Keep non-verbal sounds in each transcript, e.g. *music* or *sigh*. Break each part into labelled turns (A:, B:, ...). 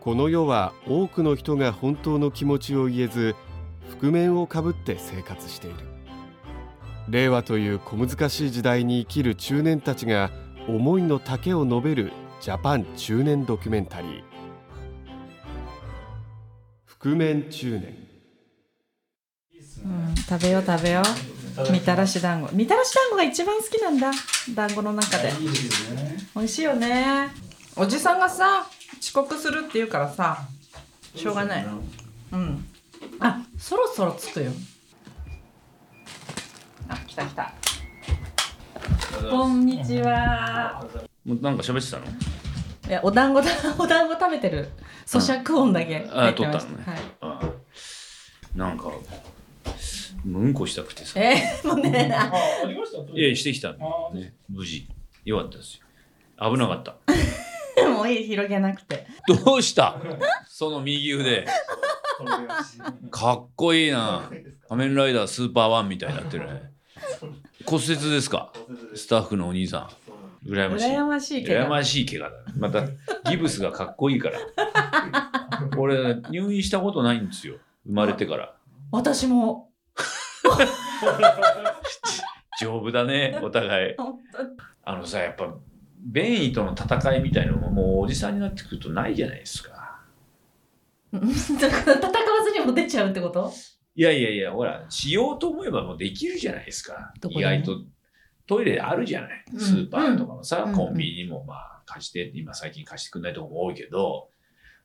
A: この世は多くの人が本当の気持ちを言えず覆面をかぶって生活している令和という小難しい時代に生きる中年たちが思いの丈を述べるジャパン中年ドキュメンタリー覆面中年
B: うん、食べよう食べようみたらし団子みたらし団子が一番好きなんだ団子の中で
C: いいですね。
B: 美味しいよねおじさんがさ遅刻するって言うからさしょうがないうんあそろそろ着くよあ来た来たこんにちは
D: もうなんか喋ってたの
B: いやお団子だ *laughs* お団子食べてる咀嚼音だけ入
D: あ
B: ってまし
D: 撮ったのね
B: はい
D: ああなんかもううんこしたくてさ
B: えー、もうね
C: あ、ありました。
D: いやしてきたんだよね無事よかったですよ危なかった
B: もういい広げなくて
D: *laughs* どうした *laughs* その右腕かっこいいな仮面ライダースーパーワンみたいになってるね骨折ですかスタッフのお兄さん羨ましい
B: 羨ましいけど
D: 羨ましい怪我だまたギブスがかっこいいから *laughs* 俺入院したことないんですよ生まれてから
B: 私 *laughs* も
D: *laughs* 丈夫だねお互い
B: 本当に
D: あのさやっぱ便意との戦いみたいなのももうおじさんになってくるとないじゃないですか
B: うんだから戦わずにも出ちゃうってこと
D: いやいやいやほらしようと思えばもうできるじゃないですか
B: どこ
D: 意
B: でも
D: 外とトイレあるじゃない
B: うん
D: スーパーとかもさ、
B: うん
D: コンビニもまあ貸して今最近貸してくれないとこも多いけど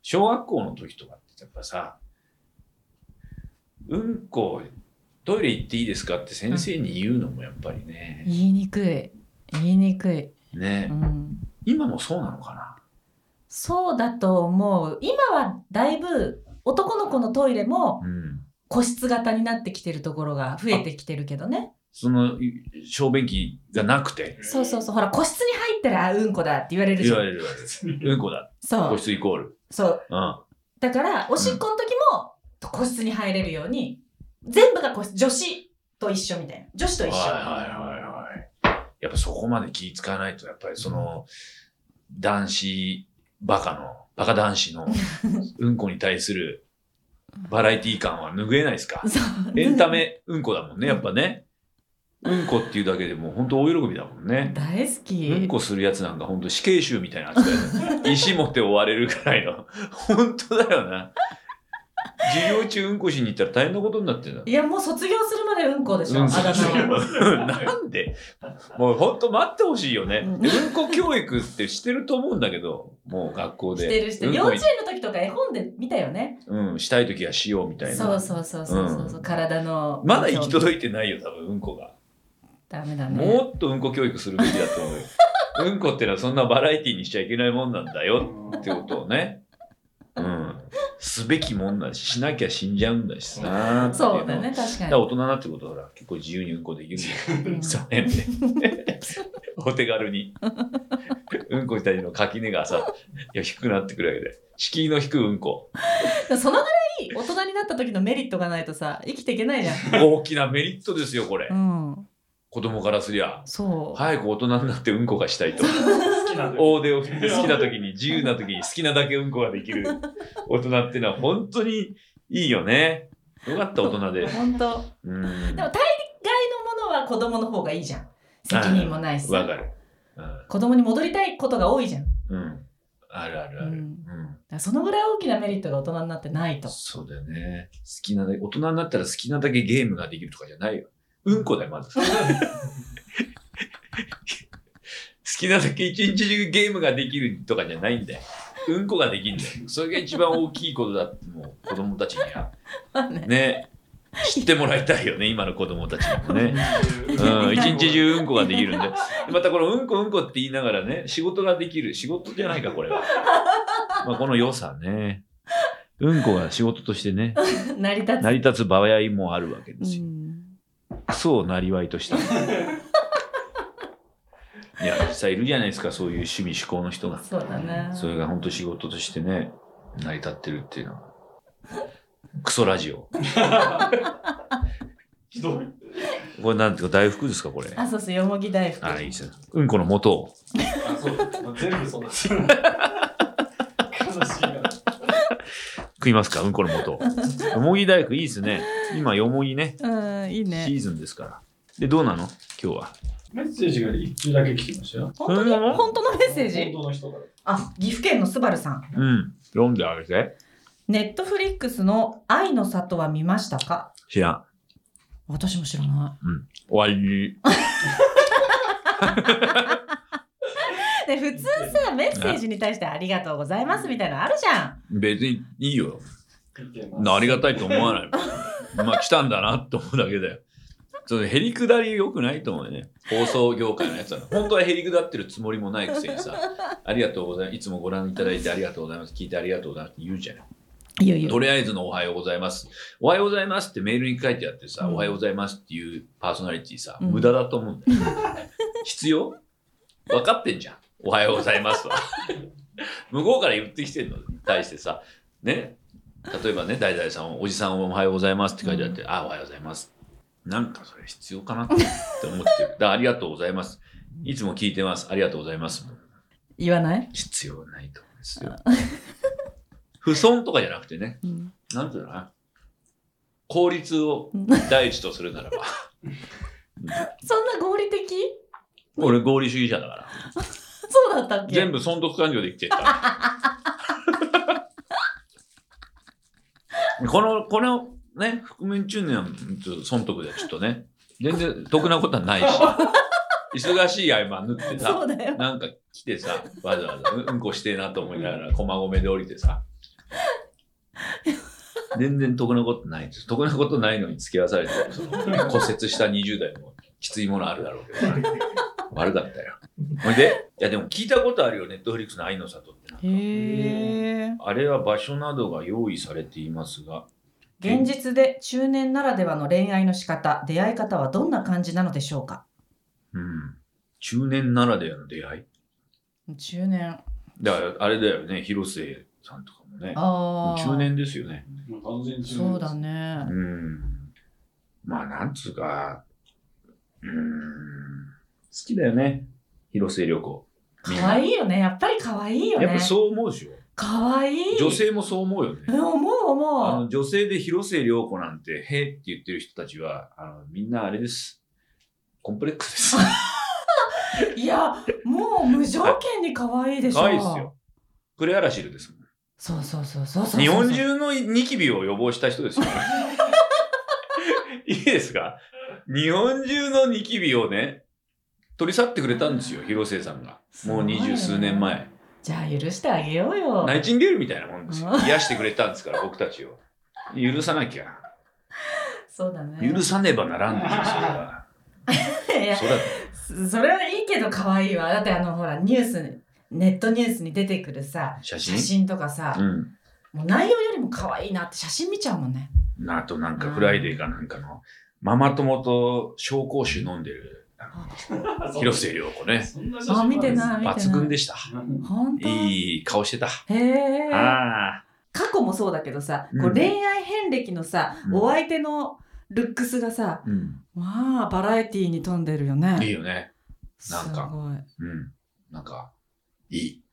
D: 小学校の時とかってやっぱさうんこトイレ行っていいですかって先生に言うのもやっぱりね、
B: 言いにくい言いにくい、
D: ね
B: うん、
D: 今もそうなのかな
B: そうだと思う今はだいぶ男の子のトイレも
D: うん
B: 個室型になってきてるところが増えてきてるけどね
D: その小便器がなくて
B: そうそうそうほら個室に入ったらあうんこだって言われる
D: 言
B: じゃ
D: わ
B: ん
D: れるわけうんこだ
B: そ
D: 個
B: う
D: 室イコール、
B: そう
D: うん、
B: だからおしっこの時も個室に入れるように全部が個室女子と一緒みたいな女子と
D: はい
B: 一
D: はい
B: 緒
D: はいはいやっぱそこまで気使わないとやっぱりその男子バカのバカ男子のうんこに対するバラエティ感は拭えないですか
B: そう
D: エンタメうんこだもんねやっぱねうんこっていうだけでもう本当大喜びだもんね
B: *laughs* 大好き、
D: うんこするやつなんか本当死刑囚みたいな扱いだよ石持って追われるくらいの本当だよな授業中うんこしに行ったら大変なことになってんだ
B: いやもう卒業するまでうんこでしょ、
D: う
B: あ
D: ん
B: だ名は
D: なんでもう本当待ってほしいよね、
B: うん
D: でうんこ教育ってしてると思うんだけどもう学校で
B: してるして
D: う
B: る、幼
D: んこ
B: 稚
D: に
B: 園の時とか絵本で見たよね
D: うん、したい時はしようみたいな
B: そうそうそうそうそうそう、
D: うん
B: 体の
D: まだ行き届いてないよ多分うんこが、
B: ダメだね
D: もっとうんこ教育するべきだ
B: *laughs*
D: と思うようんこってのはそんなバラエティにしちゃいけないもんなんだよってことをねうんすべきもんだししなきゃ死んじゃうんだしさ
B: そうだね確
D: だ
B: か
D: から
B: に
D: 大人になってくるとほら結構自由にうんこできるんだよ
B: うん
D: その辺で。 *laughs* お手軽に。うんこ自体の垣根がさ、いや低くなってくるわけで。敷居の低いうんこ。
B: そのぐらい大人になった時のメリットがないとさ生きていけないじ
D: *laughs*
B: ゃ
D: 大きなメリットですよ、これ。
B: んうん
D: 子供からすりゃ。
B: そう、
D: 早く大人になってうんこがしたいと。
C: 好きなんで。
D: 大手を振って好きな時に、自由な時に好きなだけうんこができる大人ってのは本当にいいよね。よかった、大人で。
B: 本当外
D: うん。
B: でも
D: わ
B: のものは子供の方がいいじゃん責任もないし
D: か
B: さ
D: る。
B: 子供に戻りたいことが多いじゃん、
D: うん。うん。あるあるあ
B: う
D: る。
B: ん、だ
D: うん
B: からそのぐらい大きなメリットが大人になってないと *laughs*
D: そうだよね。好きなだけ、大人になったら好きなだけゲームができるとかじゃないよ。うんこだよ、まず。好きなだけ一日中ゲームができるとかじゃないんだよ。うんこができるんだよ。それが一番大きいことだって、もう子供たちには。
B: まあね
D: ね。知ってもらいたいよね、今の子供たちにもね。
C: う
D: うん、一日中うんこができるんで。またこのうんこうんこって言いながらね、仕事ができる。仕事じゃないか、これは。まあ、この良さね。うんこが仕事としてね、
B: 成り立つ
D: *laughs* 成り立つ場合もあるわけですよ。
B: ん
D: クソをなりわいとした。 *laughs* いや、実際いるじゃないですか、そういう趣味趣向の人が。
B: そうだね
D: それが本当仕事としてね、成り立ってるっていうのは。クソラジオ。
C: *laughs* ひどい。
D: これなんていうか、大福ですか、これ。
B: あそうそうよもぎ大福
D: あ、いいですね。うんこの元を。
C: あ、そう。全部そうだ。悲しいな。
D: 食いますか、うんこの
B: *laughs*
D: 元。よもぎ大福いいですね。今、よもぎね、
B: うん、いい
D: シ
B: ね。
D: ーズンですから。で、どうなの今日は。
C: *laughs* メッセージが一通だけ来てましたよ。
B: 本当に
D: それは
B: 本当のメッセージ
C: 本当の人から。
B: あ、岐阜県のスバルさん。
D: うん。読んであげて。
B: ネットフリックスの愛の里は見ましたか
D: 知らん。
B: 私も知らな
D: うん。終わり。
B: い。で、普通さ、メッセージに対してありがとうございますみたいなのあるじゃん。
D: 別にいいよ。
C: 見てます
D: ありがたいと思わない。まあ、来たんだなって思うだけだよ。そのへりくだり良くないと思うよね。放送業界のやつは。本当はへりくだってるつもりもないくせにさ、ありがとうございます。いつもご覧いただいてありがとうございます。聞いてありがとうございますって言うじゃない。
B: いやいや
D: とりあえずのおはようございます。おはようございますってメールに書いてあってさ、
B: うん
D: おはようございますっていうパーソナリティさ、
B: うん
D: 無駄だと思うんだよ。必要分かってんじゃん。おはようございますは。 *laughs* 向こうから言ってきてるのに対してさ、ね、例えばね、大々さん、おじさんおはようございますって書いてあって、あ、おはようございます。なんかそれ必要かなって思ってる。だからありがとうございます。いつも聞いてます。ありがとうございます。
B: 言わない、
D: 必要ないと思うんですよ。不損とかじゃなくてね、なんていうのかな効率を第一とするならば
B: そんな合理的
D: *laughs* 俺合理主義者だから
B: そうだったっけ
D: 全部損得感情で生きてるから *laughs* このこのね覆面中年はちょっと損得でちょっとね全然得なことは *laughs* ないし忙しい合間縫って
B: そ
D: さ
B: うだよ。
D: なんか来てさわざわざうんうんこしてえなと思いながら駒込で降りてさ全然得なことないです得なことないのに付き合わされてその骨折した20代もきついものあるだろうけどな悪かったよほいでいやでも聞いたことあるよネットフリックスの「愛の里」ってなんか
B: へえ。
D: あれは場所などが用意されていますが
B: 現実で中年ならではの恋愛の仕方、出会い方はどんな感じなのでしょうか
D: うん中年ならではの出会い
B: 中年。
D: だからあれだよね広末さんとかもね
B: ああ。
D: 中年ですよね
C: もう完全に中
B: そうだね。
D: うんまあ、なんつうか、うん、好きだよね、広末涼子。みんな
B: 可愛いよね。やっぱり可愛いよ
D: やっぱ
B: ね
D: り。そう思うでしょ。
B: 可愛い。
D: 女性もそう思うよ
B: うん
D: ね。
B: 思う
D: あ
B: 思う。
D: の女性で広末涼子なんて、へえって言ってる人たちは、あのみんなあれです。コンプレックスです。
B: いや、もう無条件に可愛いでしょ。
D: 可愛いですよ。クレアラシルですもん。
B: そうそうそうそうそうそう。
D: 日本中のニキビを予防した
B: *laughs*
D: 人ですよ。いいですか日本中のニキビをね、取り去ってくれたんですよ、広末さんが。もう二十数年前。
B: じゃあ許してあげようよ。
D: ナイチンゲールみたいなもんですよ
B: う。
D: 癒してくれたんですから、僕たちを。許さなきゃ。
B: そうだね。
D: 許さねばならんでしょ、それは。
B: いや
D: それは
B: それはいいけど可愛いわ。だってあのほらニュースネットニュースに出てくるさ
D: 写
B: 写
D: 真
B: 真とかさ、
D: うん。
B: もう内容よりも可愛いなって写真見ちゃうもんね。
D: あとなんか、フライデーかなんかの、ママ友と紹興酒飲んでる、広末涼子ね。
C: そんな写真
B: あ見て
C: い。
B: ない見てない。
D: 抜群でした。
B: 本当。
D: いい顔してた。
B: へえ。
D: ああ、
B: 過去もそうだけどさ、こ
D: う
B: うん恋愛遍歴のさ、
D: うん
B: お相手のルックスがさ、
D: うん、
B: まあバラエティーに富んでるよね。
D: いいよね。なんか
B: すごい。
D: うん、なんか、
B: *laughs*
D: いい。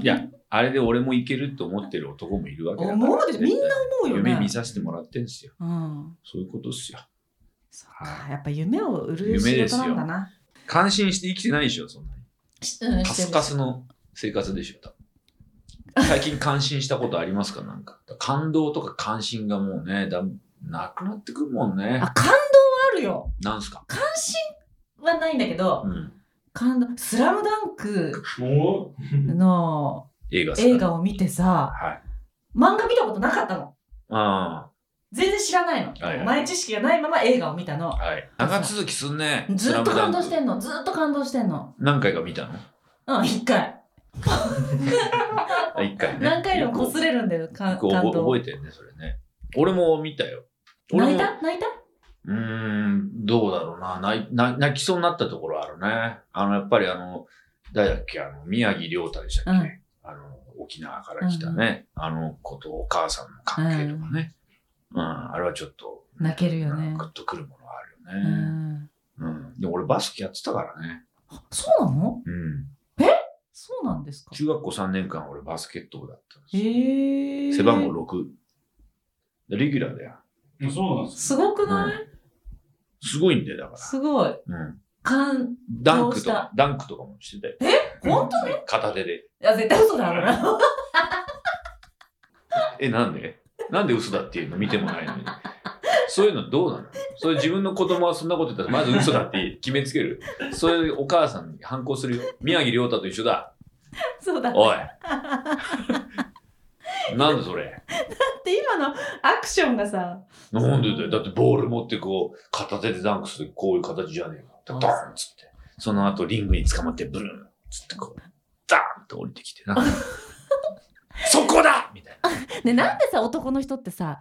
D: いや、あれで俺もいけると思ってる男もいるわけだから。
B: 思うでしょみんな思うよね
D: 夢見させてもらってんすよ。
B: うん。
D: そういうことっすよ。
B: そっか。やっぱ夢を売る仕
D: 夢です
B: 事
D: よ
B: なんだな。
D: 感心して生きてないでしょ、そんなに。
B: しうん
D: カ
B: してる
D: スカスの生活でしょ、多分最近感心したことありますかなんか。感動とか関心がもうね、だなくなってくるもんね
B: あ。感動はあるよ。
D: なんすか
B: 関心はないんだけど。
D: うん。
B: 感動「スラムダンク
C: *laughs* も
B: の
D: 映画っすか
B: 映画を見てさ
D: はい。
B: 漫画見たことなかったの
D: あ
B: 全然知らないの、
D: はいはい
B: 前知識がないまま映画を見た
D: あ、
B: の
D: はい。長続きすんね。
B: ずっと感動し
D: ん
B: てんのずっと感動してんの
D: 何回か見たの
B: うん一回
D: あ一回ね。
B: 何回でも擦れるんだよか
D: よ
B: ん
D: く覚
B: 感動
D: 覚えてるね、それね。俺も見たよ。俺も
B: 泣いた泣いた
D: うーん、どうだろうな。泣い泣泣きそうになったところあるね。あの、やっぱりあの、誰だっけ、あの、宮城亮太でしたっけ、
B: うん
D: あの、沖縄から来たね、あの子とお母さんの関係とかね。うん、あれはちょっと。
B: 泣けるよね
D: グッとくるものはあ
B: う
D: るよね。
B: ん
D: うん。でも俺バスケやってたからね。
B: そうなの
D: うん。
B: そうなんですか。
D: 中学校3年間俺バスケット部だったんです
B: へ
D: よ
B: え。
D: 背番号6。レギュラーだよ。
C: うんそうなんです
B: すごくない、
D: すごいんだよ、だか
B: すごい。
D: ら。うん。
B: かん、い
D: ダンク
B: どう
D: と
B: し
D: か
B: た、
D: ダンクとかもしてたよ。
B: 本
D: 当に片手で。
B: や、絶対嘘だろうな。
D: え、なんでなんで嘘だっていうの見てもないのに。そういうのどうなのそれ自分の子供はそんなこと言ったらまず嘘だって決めつける。それお母さんに反抗するよ。宮城亮太と一緒だ。
B: そうだ。だ *laughs*
D: おい。なんでそれ
B: って今のアクションがさ、
D: なんでだよ。だってボール持ってこう、片手でダンクするこういう形じゃねえか。ドーンっつって。その後リングに捕まってブルーンっつってこう、ダーンって降りてきて
B: *laughs*
D: な。そこだみたいな。
B: ね、なんでさ、男の人ってさ、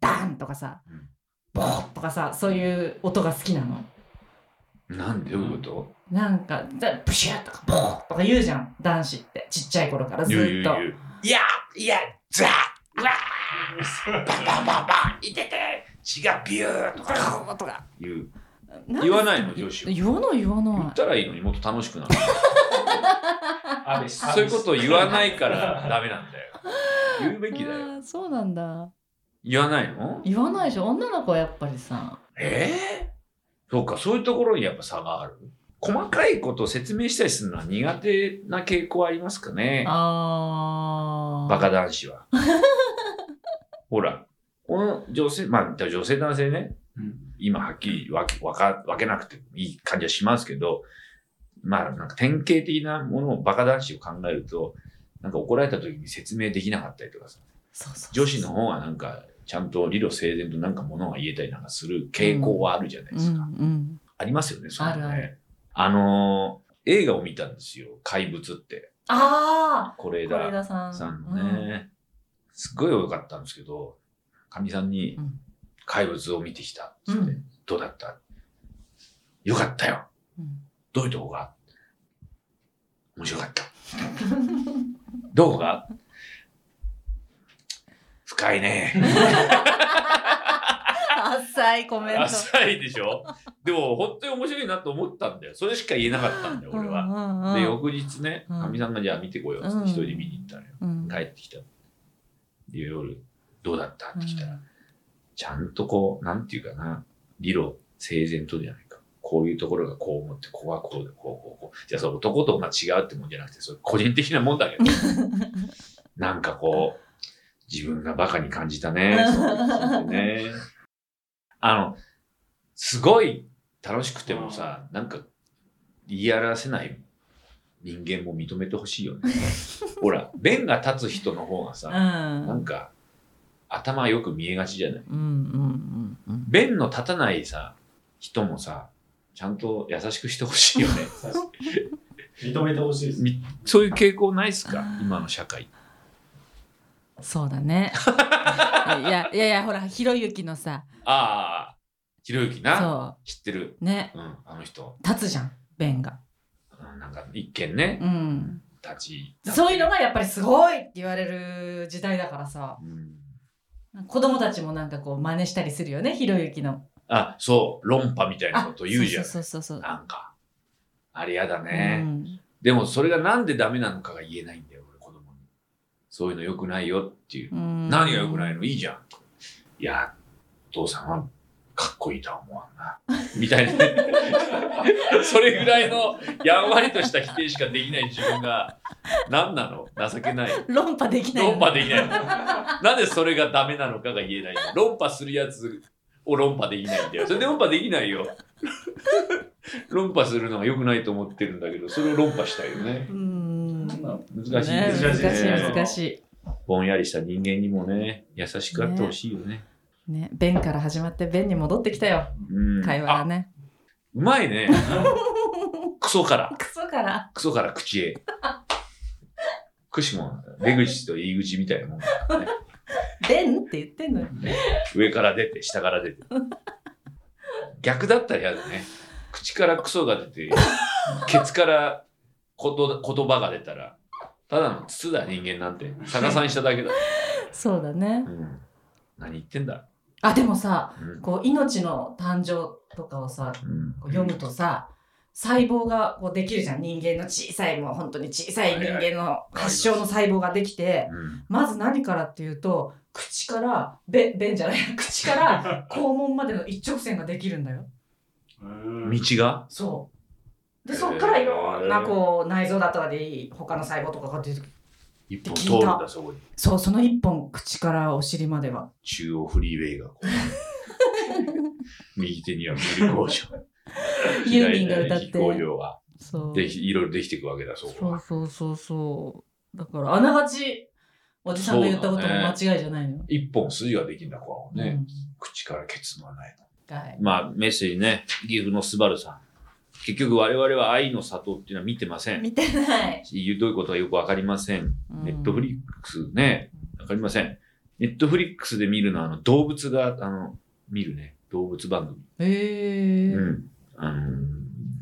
B: ダンとかさ
D: うん、
B: ボーンとかさ、そういう音が好きなの。
D: なんでどういうこと
B: なんか、だプシューとか、ボーンとか言うじゃん、男子って。ちっちゃい頃からず
D: 言う言
B: っ
D: う
B: と。
D: 言う。いやいやザうわーバンバンバンバンいてて血がビューとか言う
B: なんで
D: 言わないの女子は
B: 言わない言わ
D: 言
B: な
D: っ
B: い。
D: たらいいのにもっと楽しくなる
C: 安倍
D: そういうことを言わないからダメなんだよ言うべきだよ
B: あーそうなんだ。
D: 言わないの
B: 言わないでしょ。女の子はやっぱりさ、
D: ええそうかそういうところにやっぱ差がある細かいことを説明したりするのは苦手な傾向ありますかね
B: あー
D: バカ男子は。 *laughs* ほら、この女性、まあ、女性男性ね、
C: うん
D: 今はっきり分け分か分けなくてもいい感じはしますけど、まあ、なんか典型的なものをバカ男子を考えると、なんか怒られた時に説明できなかったりとかさ、
B: そうそうそう
D: 女子の方はなんか、ちゃんと理路整然となんかものが言えたりなんかする傾向はあるじゃないですか。
B: うんうん。
D: ありますよね、そういうの
B: あ
D: ね。
B: るあ
D: あのー映画を見たんですよ、怪物って。
B: あ
D: これ
B: あ、是
D: だ。
B: 枝さん。
D: さんのね、すっごい良かったんですけど、かみさんに
B: うん
D: 「怪物を見てきた」っつって、
B: うん
D: どうだった?」「よかったよ
B: うん。
D: どういうとこが?」「面白
B: *laughs*
D: かった」「どこが?」「深いね
B: 浅いコ」メント。
D: 浅いでしょでも本当に面白いなと思ったんだよそれしか言えなかったんだよ俺は。
B: は
D: で翌日ね
B: うん
D: かみさんが「じゃあ見てこよう」っつっ
B: うん
D: て一人で見に行ったのよ。
B: うん
D: 帰ってきた。で夜、どうだったって来たら、ちゃんとこう、なんていうかな、理路整然とじゃないか。こういうところがこう思って、ここはこうで、こうこうこう。じゃあそう男と女違うってもんじゃなくて、それ個人的なも
B: *laughs*
D: んだけど。なんかこう、自分がバカに感じ
B: *laughs*
D: たね。そうですね。あの、すごい楽しくてもさ、なんか言い表せない人間も認めてほしいよ
B: *laughs*
D: ね。ほら、弁が立つ人の方が
B: う
D: さ、
B: ん。
D: なんか頭よく見えがちじゃない。
B: うんうんうんうん。
D: 弁の立たないさ、人もさ、ちゃんと優しくしてほしいよ
B: *laughs*
D: ね。
C: 認めてほしいです。
D: みそういう傾向ないっすか今の社会。
B: そうだ
D: *laughs*
B: ね。いやいやいやほらひろゆきのさ、
D: ああ、ひろゆきな。
B: そ
D: 知ってる。
B: うね
D: うん、あの人。
B: 立つじゃん弁が。
D: うんなんか一見ね、
B: うん。
D: 立ち。
B: そういうのがやっぱりすごいって言われる時代だからさ、
D: うん
B: 子供たちもなんかこう真似したりするよねひろゆきの。
D: あ、そう、論破みたいなこと言うじゃん。
B: そうそうそうそう。
D: なんか。あれやだ
B: う
D: ね。
B: ん
D: でもそれがなんでダメなのかが言えないんだよ、俺子供に。そういうの良くないよっていう。
B: うん
D: 何が良くないのいいじゃん。いや、お父さんはかっこいいとは思わんな。みたいな *laughs* ね。それぐらいのやんわりとした否定しかできない自分が、何なの情けない。
B: 論破できないよね。
D: 論破できない。なんでそれがダメなのかが言えない。論破するやつを論破できないんだよ。それで論破できないよ。 *laughs* 論破するのが良くないと思ってるんだけど、それを論破したいよね。
B: うん。
D: 難しい
B: ね
D: です
B: 難
D: よ
B: しい
D: ね。
B: 難し
D: ぼんやりした人間にもね、優しくあってほしいよね。
B: い。ね、弁から始まって弁に戻ってきたよ、
D: うん
B: 会話が
D: あ
B: ね。
D: うま
B: *laughs*
D: いね。クソから、
B: クソから。
D: クソから口へ。くしも出口と入り口みたいなもんだからね。
B: 弁って言ってんのよ。
D: 上から出て、下から出て。逆だったら嫌だね。口からクソが出て、ケツからこと言葉が出たら、ただの筒だ人間なんて。逆さにしただけだ。
B: そうだね
D: う。ん、何言ってんだ。
B: あ、でもさ、
D: うん
B: こう命の誕生とかをさ、
D: うん
B: こう読むとさ、細胞がこうできるじゃん人間の小さいもう本当に小さい人間の
D: い
B: 発症の細胞ができて
D: うん
B: まず何からっていうと口からべ便じゃない口から肛門までの一直線ができるんだよ。
D: 道が
B: そうでそっからいろんなこう内臓だったらでいい他の細胞とかが出てくる
D: 一
B: 本
D: 本
B: 通
D: 通
B: る
D: る
B: ん
D: ん
B: だ
D: だそこに
B: そうその一本口からお尻までは
D: 中央フリーウェイがこう右手にはミル工場
B: *laughs* ユーミンが歌って
D: 左手には飛行場が
B: そう
D: できいろいろできていくわけだそこ
B: そう
D: は
B: そうそうそう。だから、あながち、おじさんが言ったことも間違いじゃないのよ。
D: 一本筋ができんだこはね、
B: うん
D: 口からケツのない
B: はい。
D: まあ、メッセージね、岐阜のスバルさん。結局我々は愛の里っていうのは見てません。ど
B: 見てない。
D: ういうことはよくわかりません。ネットフ
B: ッ
D: リックスね、わかりません。ネットフリックスで見るのはあの動物が、あの、見るね、動物番組。
B: ク。へえ
D: う
B: ー。
D: ん。あの、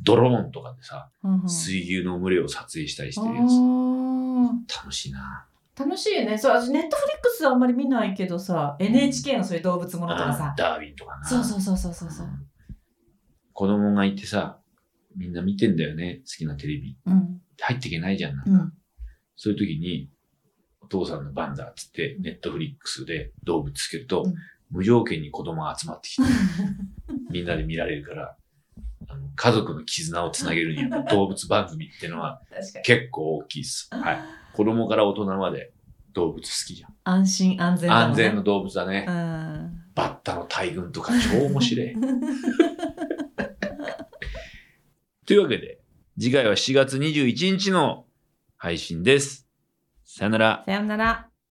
D: ドローンとかでさ、
B: うんうん
D: 水牛の群れを撮影したりしてるや
B: あ
D: つ。楽しいな。
B: ー楽しいよね。そう、私ネットフリックスはあんまり見ないけどさ、NHK のそういう動物ものとか
D: あ
B: さ。
D: ダーウィンとかな。
B: そうそうそうそうそうそう。
D: 子供がいてさ、みんな見てんだよね、好きなテレビ。
B: うん。
D: 入っていけないじゃん。
B: うん。
D: そういう時に、お父さんの番だっつって、ネットフリックスで動物つけると、
B: うん
D: 無条件に子供が集まっ
B: *laughs*
D: てきて、みんなで見られるから、あの家族の絆をつなげる
B: *laughs*
D: には動物番組ってのは
B: 確かに。
D: 結構大きいです。はい。
B: *laughs*
D: 子供から大人まで動物好きじゃん。
B: 安心安全だも
D: 安
B: んね
D: 全の動物だね。
B: うん。
D: バッタの大群とか超面白い。というわけで、次回は4月21日の配信です。さよなら。
B: さようなら。